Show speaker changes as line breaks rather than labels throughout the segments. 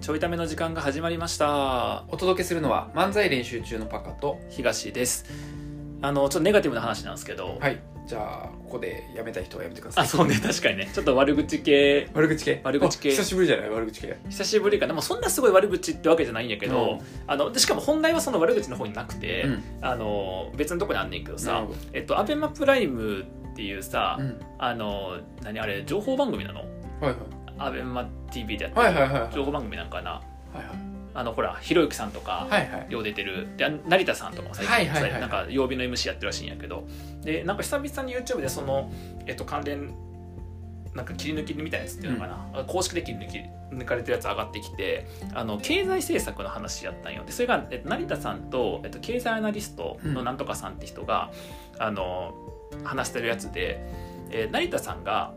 ちょいための時間が始まりました
お届けするのは漫才練習中のパカと
東ですあのちょっとネガティブな話なんですけど、
はいじゃあここでやめたい人はやめてください
あそうね確かにねちょっと悪口系
悪口系
悪口系
あ久しぶりじゃない悪口系
久しぶりかな、まあ、そんなすごい悪口ってわけじゃないんやけど、
うん
あのでしかも本題はその悪口の方になくて、
うん
あの別のとこにあんねんけど
な
さ
るほど、
えっと、アベマプライムっていうさ、
うん
あの何あれ情報番組なの
はい
アベマ t v でやってる、
はいはいはいはいはい
情報番組なんかな
はい
あのほらひろゆきさんとか、
はいはい
よう出てるであ成田さんとかも最近、
はいはいはいはい
なんか曜日の MC やってるらしいんやけどでなんか久々に YouTube でその、えっと、関連なんか切り抜きみたいなやつっていうのかな、公式で切り抜き抜かれてるやつ上がってきてあの経済政策の話やったんよでそれが、えっと、成田さんと、えっと、経済アナリストのなんとかさんって人が、あの話してるやつで、えー成田さんが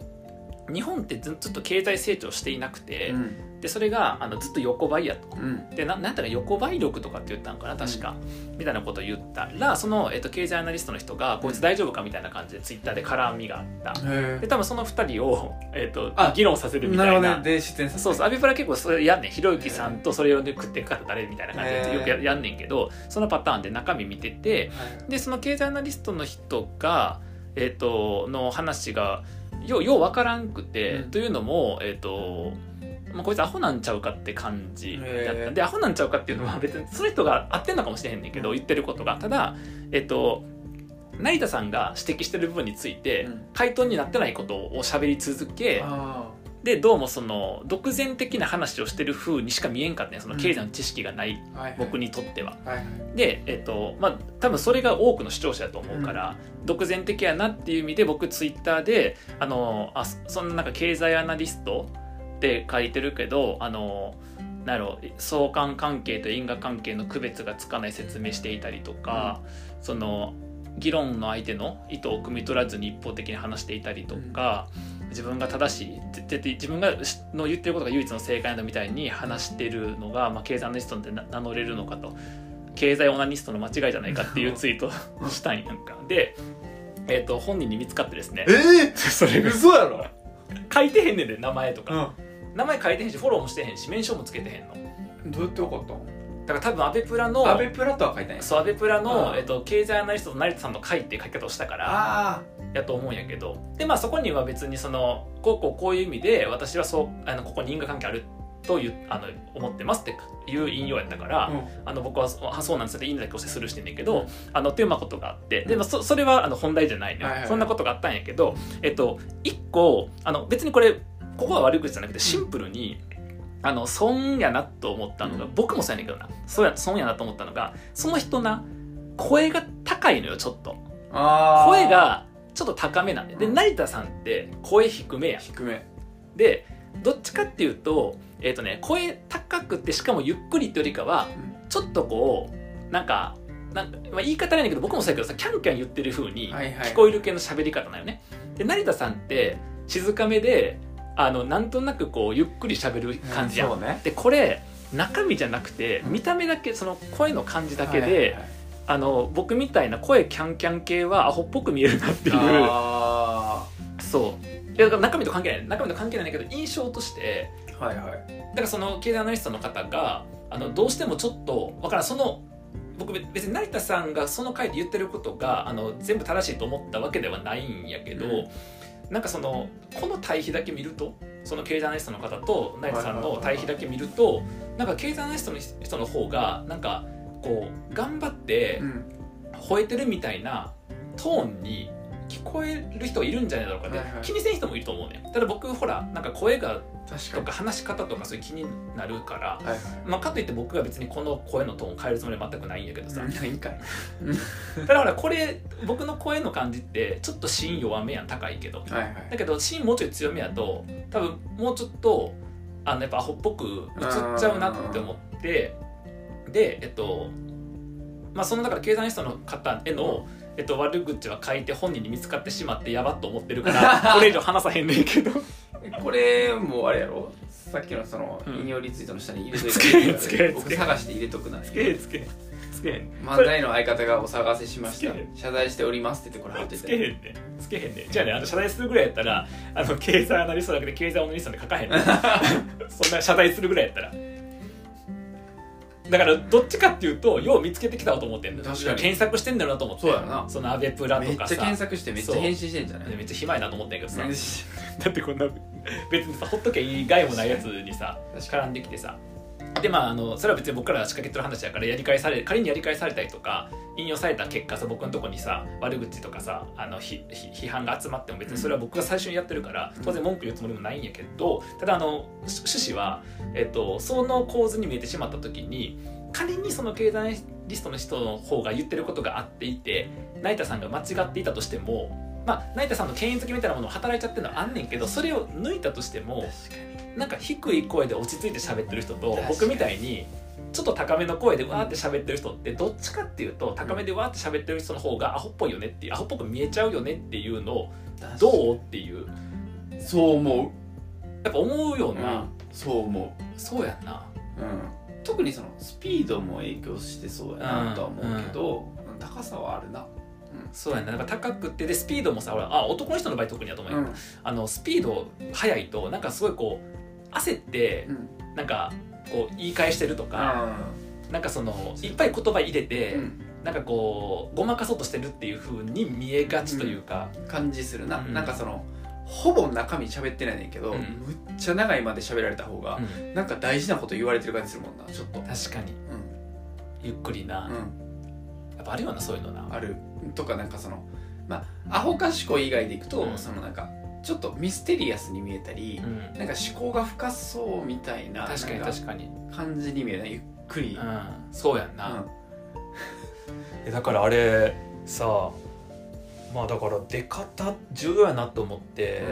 日本ってずずっと経済成長していなくて、
うん
でそれがあのずっと横ばいやと。
うん
でななんたら横ばい力とかって言ったんかな確か、みたいなことを言ったらその、えっと、経済アナリストの人がこいつ大丈夫かみたいな感じでツイッターで絡みがあった
へ
で多分その2人を、えっと
あ、
議論させ
え
るみ
な
た
る
い
ほ
な
どねで出演させて
そうそうアビプラ結構それやんねんひろゆきさんとそれをね食っていくから誰みたいな感じでよくや
へー
やんねんけどそのパターンで中身見てて、
はいはい
でその経済アナリストの人が、えー、との話がようよう分からんくて、
うん
というのも、えーとまあ、こいつアホなんちゃうかって感じだった
へー
でアホなんちゃうかっていうのは別にその人が合ってんのかもしれへんねんけど言ってることがただ、えー、と成田さんが指摘してる部分について、
うん
回答になってないことを喋り続け
あ
でどうもその独善的な話をしてる風にしか見えんかったねその経済の知識がない
ーはいはい
僕にとっては。
はいはい
で、えっとまあ、多分それが多くの視聴者だと思うから、独善的やなっていう意味で僕ツイッターであのあそそんななんか経済アナリストって書いてるけどあのなんやろ相関関係と因果関係の区別がつかない説明していたりとか、その議論の相手の意図を汲み取らずに一方的に話していたりとか、自分が正しいぜぜ自分がしの言ってることが唯一の正解なのみたいに話してるのが、まあ、経済アナリストってな名乗れるのかと経済オナニストの間違いじゃないかっていうツイートをしたんやんかで、えっと本人に見つかってですね
え
それ
え
が
嘘やろ
書いてへんねんで名前とか、
う
名前書いてへんしフォローもしてへんしメンションもつけてへんの
んどうやって分かったの
だから多分アベプラの
アベプラとは書いてない
そうアベプラの、
うん
えっと経済アナリストの成田さんの会っていう書き方をしたから
あ
やと思うんやけどでまあそこには別にそのこうこうこういう意味で私はそうあのここに因果関係あるというあの思ってますっていう引用やったから、
あ
あの僕はそあそうなんですよっていいんだけ押してスルーしてんねんけどあのっていうまあことがあってで、まあ、そそれはあの本題じゃないのよ、
はいはいはい
そんなことがあったんやけど、えっと、一個あの別にこれここは悪口じゃなくてシンプルに、あの損やなと思ったのが、
うん
僕もそうやねんけどなそうや損やなと思ったのがその人な声が高いのよちょっと
あー
声がちょっと高めなんでで
うん
成田さんって声低めやん
低め
でどっちかっていうと,、えっとね、声高くてしかもゆっくりってよりかはちょっとこうなんかなんか、まあ、言い方ないんだけど僕もそうやけどさキャンキャン言ってる風に
はいはい
聞こえる系の喋り方なよね。で成田さんって静かめであのなんとなくこうゆっくり喋る感じやん。
うんそうね
でこれ中身じゃなくて
うん
見た目だけその声の感じだ
だ
けで、あの僕みたいな声キャンキャン系はアホっぽく見えるなっていう
あ
そういやだから中身と関係ない中身と関係ないんだけど印象として
ーはいはい
だからその経済アナリストの方があのどうしてもちょっとわからんその僕べ別に成田さんがその回で言ってることがあの全部正しいと思ったわけではないんやけど、
うん
なんかそのこの対比だけ見るとその経済アナリストの方と成田さん
はいはいはい
の
はい
対比だけ見るとなんか経済アナリストの人の方がなんかこう頑張って
うん
吠えてるみたいなトーンに聞こえる人いるんじゃないだろうかって、
はいはい
気にせん人もいると思うねただ僕ほらなんか声が
確か
と
に
か話し方とかそういう気になるから、
はい
まあ、かといって僕が別にこの声のトーン変えるつもりは全くないんやけどさ、
はいいいかい
だからほらこれ僕の声の感じってちょっと芯弱めやん高いけど
はいはい
だけど芯もうちょい強めやと多分もうちょっとあのやっぱアホっぽく映っちゃうなって思ってでえっとまあそのだから経済アナリストの方への、えっと、悪口は書いて本人に見つかってしまってやばっと思ってるから これ以上話さへんねんけど
これもうあれやろさっきのその
うん
引用リツイートの下に入れとい
つける
て
つけるつけ
僕
る
探して入れとくな
つけつけつけ
漫才の相方がお騒がせしまし
つける
た謝罪しておりますって言ってこれ貼って
つけへん
て
ねつけへんねじゃあねあの謝罪するぐらいやったら あの経済アナリストだけで経済アナリストで書かへんねそんな謝罪するぐらいやったらだからどっちかっていうとよう見つけてきたと思ってんだよ
確かに
検索してんだろうなと思って
そうやな
そのアベプラ
め
と
っちゃ
かさ
検索してめっちゃ返信してんじゃない
めっちゃ暇やなと思ってんけどさ
うん
だってこんな別にさほっとけ以外もないやつにさ
確
絡んできてさでまああのそれは別に僕らが仕掛けてる話だからやり返され仮にやり返されたりとか引用された結果さ僕のとこにさ悪口とかさあのひひ批判が集まっても別にそれは僕が最初にやってるから
うん
当然文句言うつもりもないんやけどただあのし趣旨は、えっと、その構図に見えてしまった時に仮にその経済リストの人の方が言ってることがあっていて成田さんが間違っていたとしてもまあ、成田さんの権威づけみたいなものを働いちゃってるのはあんねんけどそれを抜いたとしてもなんか低い声で落ち着いて喋ってる人と
確かに
僕みたいにちょっと高めの声でわーって喋ってる人ってどっちかっていうと高めでわーって喋ってる人の方がアホっぽいよねっていうアホっぽく見えちゃうよねっていうのをどうっていう
そう思
やっぱ思うよ
う、う
な、
ん、そう思
そうやんな
う、うん、特にそのスピードも影響してそうやなとは思うけど、高さはあるな
そうやんななんか高くってでスピードもさほらあ男の人の場合特にやと思うよ、
ん、
あのスピード速いとなんかすごいこう焦って
うん
なんかこう言い返してるとか、なんかそのいっぱい言葉入れて、
うん
なんかこうごまかそうとしてるっていう風に見えがちというか、
感じするな、
うん
なんかそのほぼ中身喋ってないねんけど、
うん
むっちゃ長いまで喋られた方が、なんか大事なこと言われてる感じするもんなちょっと
確かに
うん
ゆっくりな、
うん
やっぱあるよなそういうのな
あるとかなんかそのまあアホかしこ以外でいくと、
うん
そのなんかちょっとミステリアスに見えたり
う、ん、
なんか思考が深そうみたいな
確かに
なん
確かに、
感じに見えないゆっくり、
うん、そうやん
う
な、
ん
えだからあれさまあだから出方重要やなと思って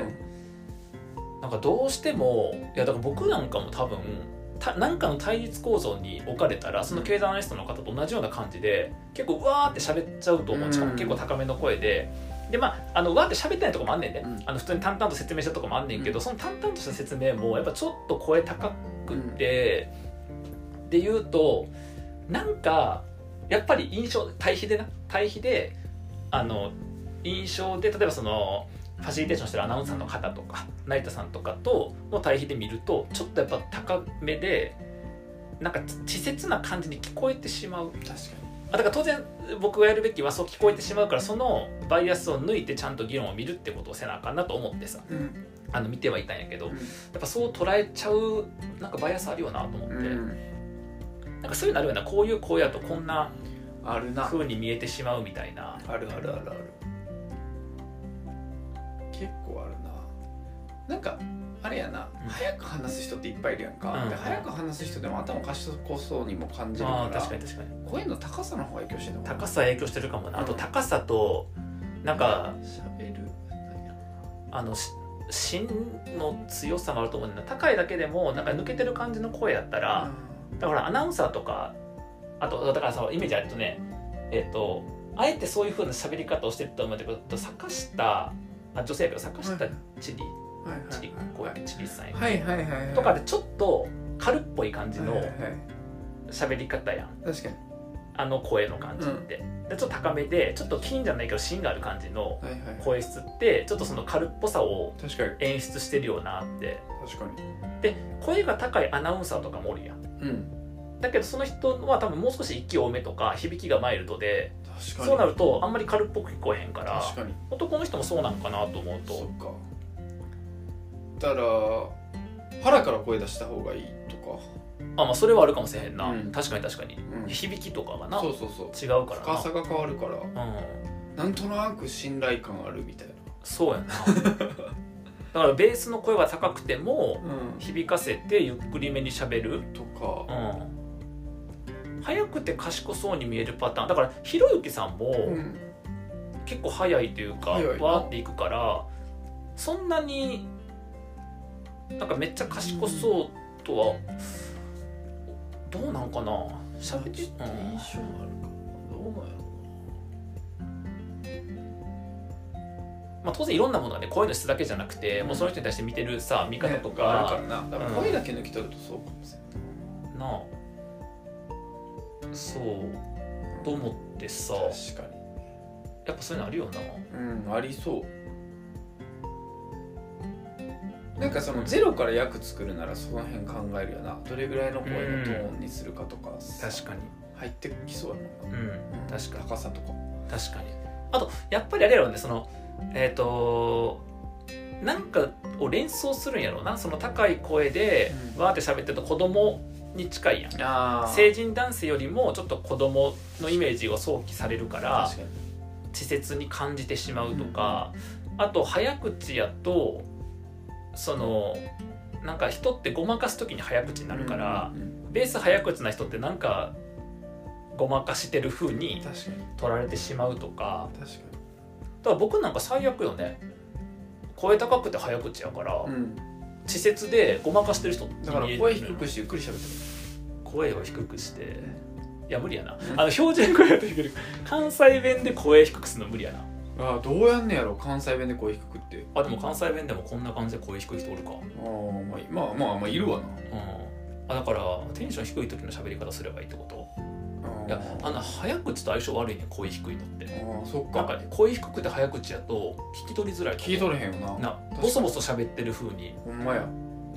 なんかどうしてもいやだから僕なんかも多分たなんかの対立構造に置かれたらその経済アナリストの方と同じような感じで結構うわーって喋っちゃうと思うしかも
うん
結構高めの声で。でまあ、あのうわーって喋ってないとこもあんねんね、
うん
あの普通に淡々と説明したとこもあんねんけど、
うん
その淡々とした説明もやっぱちょっと声高くて、で言うとなんかやっぱり印象対比でな対比であの印象で例えばそのファシリテーションしてるアナウンサーの方とか成田さんとかとの対比で見るとちょっとやっぱ高めでなんか稚拙な感じに聞こえてしまう
確か
あだから当然僕がやるべきはそう聞こえてしまうからそのバイアスを抜いてちゃんと議論を見るってことをせなあかんなと思ってさ
に、うん
あの見てはいたんやけどやっぱそう捉えちゃうなんかバイアスあるよなと思って、
うん
なんかそういうのあるよなこういう声やとこんな
あるな
風に見えてしまうみたいな
あるあるあるある結構あるななんかあれやな、
うん
早く話す人っていっぱいいるやんか、
うん
で早く話す人でも頭賢そうにも感じる
まあ
から
確かに確かに
声の高さの方が影響してるのかな
高さ影響してるかもなあと
うん
高さとなんか
喋る
あのし芯の強さがあると思うんだよな高いだけでもなんか抜けてる感じの声やったら、だからアナウンサーとかあとだからさイメージあるとねえっ、とあえてそういう風な喋り方をしてると思うんだけど坂下あ女性やけど坂下千里
はい
千里小池千里さんや
はいはいはいはい
とかでちょっと軽っぽい感じ
はい
の
はいはい
喋り方やん
確かに
あの声の感じって、でちょっと高めでちょっと金じゃないけど芯がある感じの
はいはい
声質ってちょっとその軽っぽさを
確かに
演出してるよなって
確か
で声が高いアナウンサーとかもおるやん
にうん
だけどその人は多分もう少し息多めとか響きがマイルドで
確かに
そうなるとあんまり軽っぽく聞こえへんから
確かに
男の人もそうなんかなと思う
そ
と
っかだから腹から声出した方がいいとか
あまあそれはあるかもしれへんな、
うん
確かに確かに
うん
響きとかがな
そうそうそう
違うから
深さが変わるから
なうん
なんとなく信頼感あるみたい
そうやな だからベースの声は高くても
な、
響かせてゆっくりめに喋る
とか
うん早くて賢そうに見えるパターンだからひろゆきさんも、
うん
結構早いというか
早いな
わーっていくからそんなになんかめっちゃ賢そうとはどうなんかな喋って、
ちょっと
うん
印象あるかもどうなんやろ
まあ、当然いろんなものがね声の質だけじゃなくて、もうその人に対して見てるさ見方と
ねあるか
から
なだから声だけ抜き取るとそうかもしれない
なあそうと思ってさ
確かに
やっぱそういうのあるよな
うんありそうなんかそのゼロから役作るならその辺考えるよなどれぐらいの声のトーンにするかとか
確かに
入ってきそうやもん
うん
な、
確かに
高さとか
確かにあとやっぱりあれやろうねそのえっ、となんかを連想するんやろうなその高い声で
うん
わーって喋ってると子供に近いやん
あ
成人男性よりもちょっと子供のイメージを想起されるから
確かに
稚拙に感じてしまうとか、あと早口やとそのなんか人ってごまかす時に早口になるから、
うんうん
ベース早口な人ってなんかごまかしてる風
うん
に
確かに
取られてしまうとか
確
だ
か
から僕なんか最悪よね声高くて早口やから、
に、
稚拙でごまかしてる人に見える
だから声低くしてゆっくり喋って
声を低くしていや無理やなあの標準語やと低く関西弁で声低くするの無理やな
るああどうやんねやろ関西弁で声低くって
あでも関西弁でもこんな感じで声低い人おるか
あーまあまあまあまあいるわ
う
な
んあだからテンション低い時の喋り方すればいいってこといやあ
あ
の早口と相性悪いね声低いのって
ーそっ
な
か
んかね声低くて早口やと聞き取りづらい
聞き取れへんよな
なボソボソ喋ってる風に
ほんまや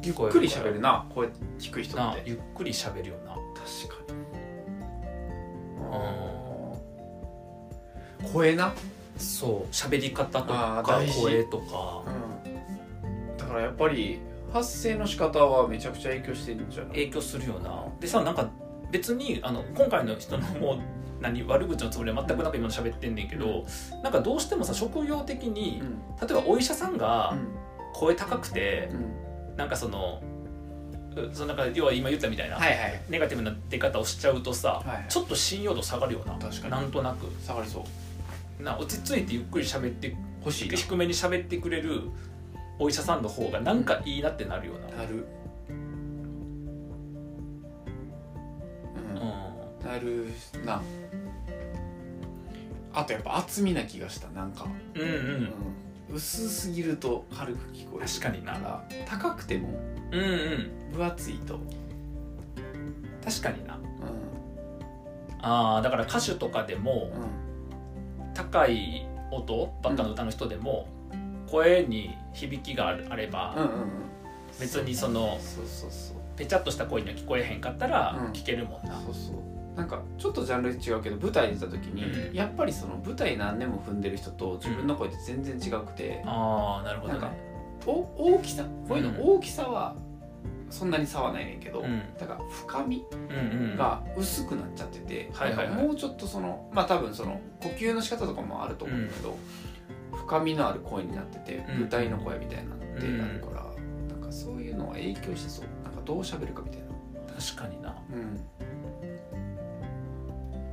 ゆっ
ゆっくり喋るな声低い人っ
な
て
ゆっくり喋るよな
確かに声な、
そう喋り方と
あー
か
大事
声とか
だからやっぱり発声の仕方はめちゃくちゃ影響してるんじゃない
影響するよなでさなんか別にあの今回の人のもう何悪口のつもりは全くなく今の喋ってんねんけど、なんかどうしてもさ職業的に
うんうん
例えばお医者さんが声高くて、なんかそのうそのなんか要は今言ったみたいな、
はいはい
ネガティブな出方をしちゃうとさ、
はい
ちょっと信用度下がるよな
確かに
なんとなく
下がりそう
な落ち着いてゆっくり喋って
欲しい
低めに喋ってくれるお医者さんの方がなんかいいなってなるよ
ななる
う
う
な、
んなるなあとやっぱ厚みな気がしたなんか、
うん、うんう
うん薄すぎると軽く聞こえる
確かにな
ら高くても
うんうん
分厚いと、
確かにな
うん
あーだから歌手とかでも
うん、
高い音ばっかの歌の人でも声に響きがあるあれ
うん
ば
うんうん
別にその
そうそうそう
ぺちゃっとした声には聞こえへんかったら
うん
聞けるもんな、
そうそうなんかちょっとジャンル違うけど舞台に出た時に、
うん
やっぱりその舞台何年も踏んでる人と自分の声って全然違くて、
ああなるほど
なんか
ね
お大きさ声の
うん
大きさはそんなに差はないねんけど、
うん
だから深み
うんうん
が薄くなっちゃってて、
はいはいはい
なんかもうちょっとそのまあ多分その呼吸の仕方とかもあると思うけど、深みのある声になってて
うん
舞台の声みたいになってなるから、なんかそういうのは影響してそうなんかどう喋るかみたいな。
確かにな
うん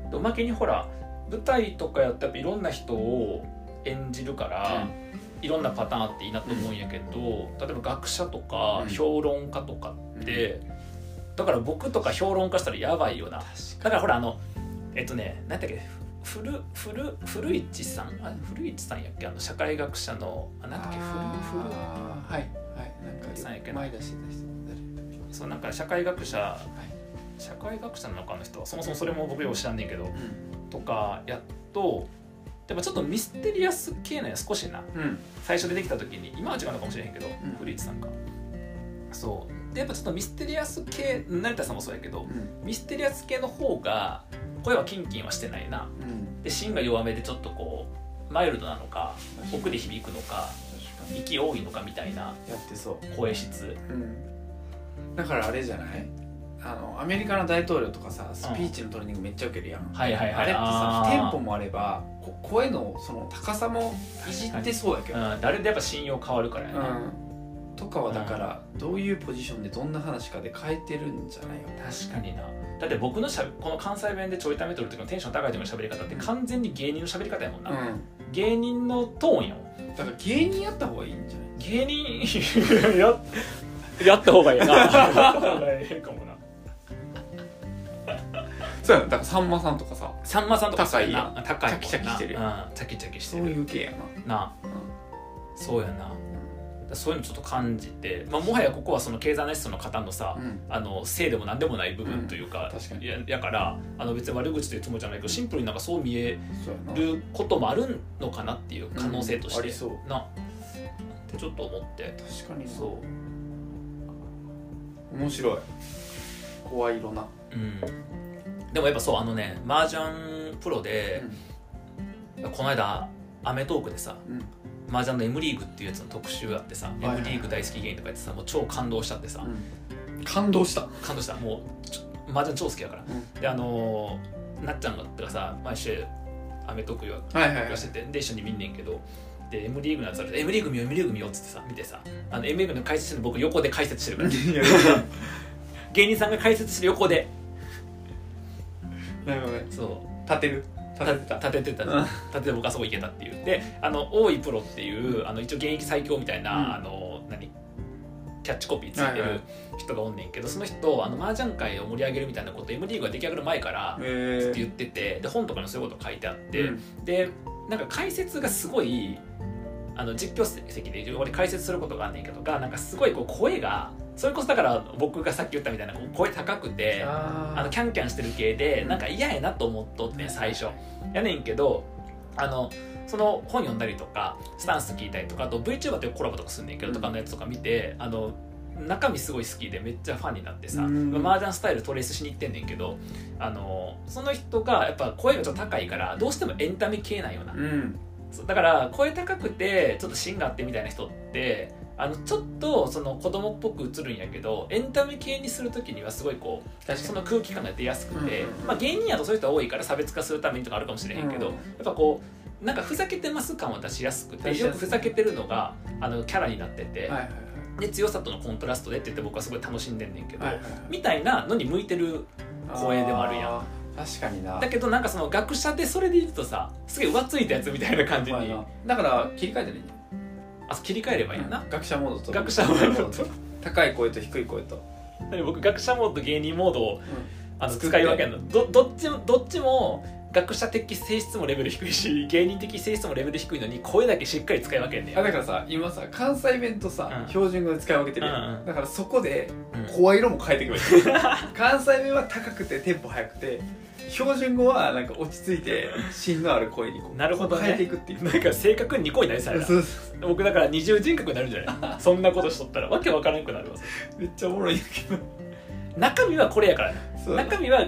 でおまけにほら舞台とかやったらいろんな人を演じるから、
うん
いろんなパターンあっていいなと思うんやけど、例えば学者とか
うん
評論家とかって、だから僕とか評論家したらやばいよなだからほらあのえっとね何だっけふ古古古市さんあ古市さんやっけあの社会学者のあなんだっけ古古
あーはいはいなんか
さんやけど
前出してた人誰
そうなんか社会学者
はい
社会学者なのかあの人はそもそもそれも僕よく知らんねんけどとかやっとでもちょっとミステリアス系なんや少しな
うんうん
最初出てきた時に今は違うのかもしれへんけど、
ん
古市さんがそうでやっぱちょっとミステリアス系成田さんもそうやけどミステリアス系の方が声はキンキンはしてないな
うん
で芯が弱めでちょっとこうマイルドなのか
確
奥で響くのか
かに
息多いのかみたいな
やってそ
声質
ううんだからあれじゃないあのアメリカの大統領とかさスピーチのトレーニングめっちゃ受けるやん
はいはいはい
あれってさ
あー
テンポもあればこ声のその高さもいじってそうやけど
うん、誰でやっぱ信用変わるからやな、
うんとかはだからどういうポジションでどんな話かで変えてるんじゃないよ
確かになだって僕のしゃべこの関西弁でちょいためとる時のテンション高い時の喋り方って完全に芸人の喋り方やもんな、
う
芸人のトーンやもん
んだから芸人やった方がいいんじゃな
芸
い
人ややった方がいいなやった方がいいかもな
そうやなだからさんまさんとかさ
さんまさんとか
高いや
な高いもんな
チャキチャキしてる
うん、チャキチャキして
そう
る
いう系やな
なそうやなだからそういうのちょっと感じて、まあ、もはやここはその経済アナリストの方のさ、
うん
あの性でも何でもない部分というか,、
うん確かに
ややからあの別に悪口というつもりじゃないけどシンプルになんかそう見え
そうやな
ることもあるのかなっていう可能性として、
うんありそう
なってちょっと思って
確かに
そう
面白い声色な
うんでもやっぱそうあのね麻雀プロで、この間アメトークでさ
うん
麻雀の M リーグっていうやつの特集があってさ、
はいはい
M リーグ大好き芸人とか言ってさもう超感動しちゃってさ、
うん感動した
感動したもうちょ麻雀超好きだから、
う
であのーなっちゃんがさ毎週アメトークよ
はいはいは
暮
い
らしててで一緒に見んねんけどで M リーグのやつあるじゃん M リーグ見よう M リーグ見ようっつってさ見てさあの M リーグの解説してるの僕横で解説してるから
いや
芸人さんが解説してる横で
なるほどね
そう
立てる立ててた
立ててた
うん
立てて僕はそこ行けたっていうであの大井プロっていうあの一応現役最強みたいな、
うん
あの何キャッチコピーついて
はいはい
る人がおんねんけど、その人あの麻雀界を盛り上げるみたいなこと M リーグが出来上がる前から
え
ずっと言っててで本とかにそういうこと書いてあって、でなんか解説がすごいあの実況席で俺解説することがあんねんけどがなんかすごいこう声がそれこそだから僕がさっき言ったみたいなこう声高くてあの
あ
キャンキャンしてる系で
うん
なんか嫌やなと思っとってん最初やねんけどあのその本読んだりとかスタンス聞いたりとかあと VTuber というコラボとかすんねんけど
うん
とかのやつとか見てあの中身すごい好きでめっちゃファンになってさ
うん
麻雀スタイルトレースしに行ってんねんけどあのその人がやっぱ声がちょっと高いからどうしてもエンタメ系なんよな
ーうん
そうだから声高くてちょっと芯があってみたいな人ってあのちょっとその子供っぽく映るんやけどエンタメ系にする時にはすごいこう
確
その空気感が出やすくて、
うんうんうん
まあ、芸人やとそういう人は多いから差別化するためにとかあるかもしれへんけど、
うん
やっぱこうなんかふざけてます感を出しやすくて
出しや
よ
すい
くふざけてるのがあのキャラになってて、
はいはい
で強さとのコントラストでって言って僕はすごい楽しんでんねんけど、
はいはい
みたいなのに向いてる光栄でもあるやん
あー確かにな
だけどなんかその学者でそれで言うとさすげえ浮ついたやつみたいな感じ
まあ
に、
なだから切り替えたらいいね
あ切り替えればいいな、
学者モードと
学者モードと
高い声と低い声と
で僕学者モードと芸人モードを、あの
作
使
っ
い
て
分けるのどどっちもどっちも学者的性質もレベル低いし芸人的性質もレベル低いのに声だけしっかり使い分けんね
あだからさ今さ関西弁とさ、
うん
標準語で使い分けてるやん、
うんうん
だからそこで
うん
声色も変えていけばいい関西弁は高くてテンポ速くて標準語はなんか落ち着いて芯のある声にこう
なるほどね
変えていくっていう
なんか正確に2個になりそうや
そうそう
な僕だから二重人格になるんじゃ ないそんなことしとったらわけわからなくなるわ
めっちゃおもろいんだけど
中身はこれやからな
そう
中身は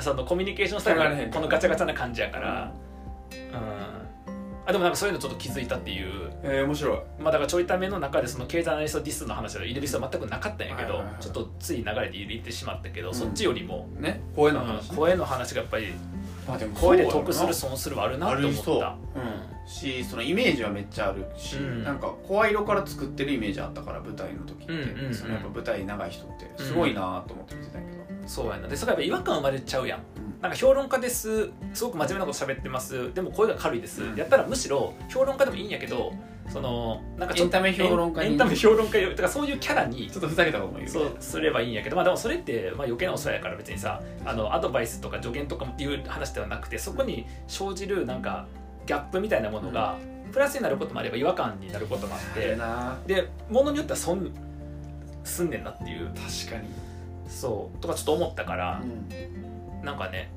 そのコミュニケーションスタイル
変わらへ
が
ん
このガチャガチャな感じやからうんあでもなんかそういうのちょっと気づいたっていう
えー、面白い
まあだからちょいための中でその経済アナリストディスの話は入れる必要は全くなかったんやけ
は
ど
いはいはい
ちょっとつい流れで入れてしまったけど、
うん
そっちよりも
ね声の話、
うん、声の話がやっぱり
まあでも
声で得す
そうやろ
る
な
損するはあるなって思った
うん、しそのイメージはめっちゃあるし、
うん
なんか声色から作ってるイメージあったから舞台の時って、
うんうんうん
そのやっぱ舞台長い人ってすごいなと思って見てたんやけど、
そうやなでそれがやっぱ違和感生まれちゃうやん
うん
なんか評論家ですすごく真面目なこと喋ってますでも声が軽いです、やったらむしろ評論家でもいいんやけどそのなんかちょっと
エンタメ評論家に
エンエンタメ評論家よとかそういうキャラに
ちょっとふざけたことも言う
そうすればいいんやけど、まあ、でもそれってまあ余計なお世話やから別にさあのアドバイスとか助言とかっていう話ではなくてそこに生じるなんかギャップみたいなものがプラスになることもあれば違和感になることもあっ
ある
て
な
でものによっては損すんねんなっていう
確かに、
そうとかちょっと思ったから
う、ん
なんかね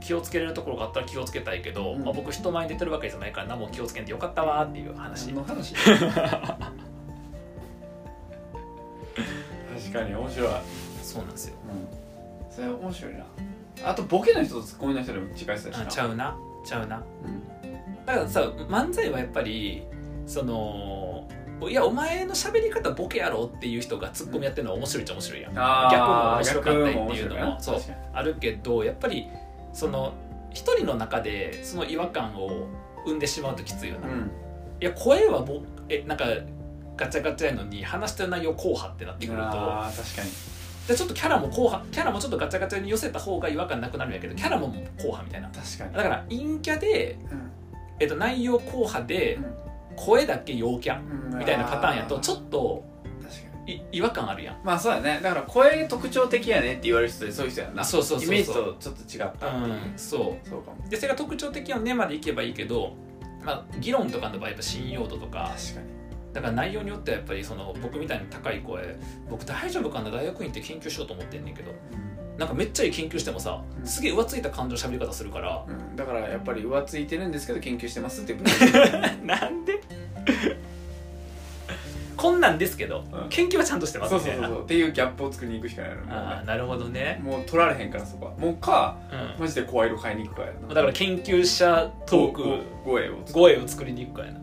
気をつけれるところがあったら気をつけたいけど、
うん
まあ、僕人前に出てるわけじゃないから何も気をつけんでよかったわーっていう話
何の 話確かに面白い、
そうなんですよ
それは面白いなあとボケの人とツッコミの人でも違いそうやし
あ
な
ちゃうなちゃうな
うん
だからさ漫才はやっぱりそのいやお前の喋り方ボケやろっていう人がツッコミやってるのは面白いっちゃ面白いやん
あー
逆も面白かったりっていうのも
逆面白いな
そう
確かに
あるけどやっぱりその一人の中でその違和感を生んでしまうときついよな、
う
い
ん
や声はぼえなんかガチャガチャやのに話してる内容硬派ってなってくると
あー確かに
でちょっとキャラも硬派キャラもちょっとガチャガチャに寄せた方が違和感なくなるんやけどキャラも硬派みたいな
確かに
だから陰キャで、えっと、内容硬派で
うん
声だけ陽キャ
うん
みたいなパターンやとちょっと
確かに
い違和感あるやん
まあそうやねだから声特徴的やねって言われる人でそういう人やんな
あそうそうそうそう
イメージとちょっと違ったっていう、
そ
そうかも
うでそれが特徴的な根までいけばいいけど、まあ、議論とかの場合やっぱ信用度とか
確かに
だから内容によってはやっぱりその僕みたいに高い声僕大丈夫かな大学院って研究しようと思ってんねんけどなんかめっちゃいい研究してもさ
うん
すげえ浮ついた感情の喋り方する から
うん、だからやっぱり浮 ついてるんですけど研究してますっていう
なんでなんですけど、
うん
研究はちゃんとしてます
そう
み
そ
た
う
い
そう
な
そうっていうギャップを作りに行くしかないのもう
ああ
ね
なるほどね、
もう取られへんからそこはもうか
う
マジで声色買いに行くかや
ん、
な
だから研究者トー
こ
ク
う声を作る
声を作りに行くかやな、ま
ん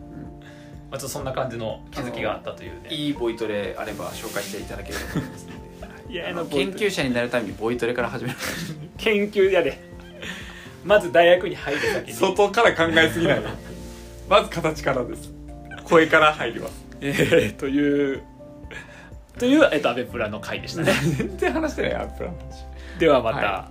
あ、ちょっとそんな感じの気づきがあったというね
いいボイトレあれば紹介していただければと思いますのではい
いや
あの
ボイトレ
研究者になるためにボイトレから始める
研究やでまず大学に入る先に
から考えすぎないまず形からです声から入ります
えー というという、えっと、アベプラの回でしたね
全然話してないアップラン
ではまた、
は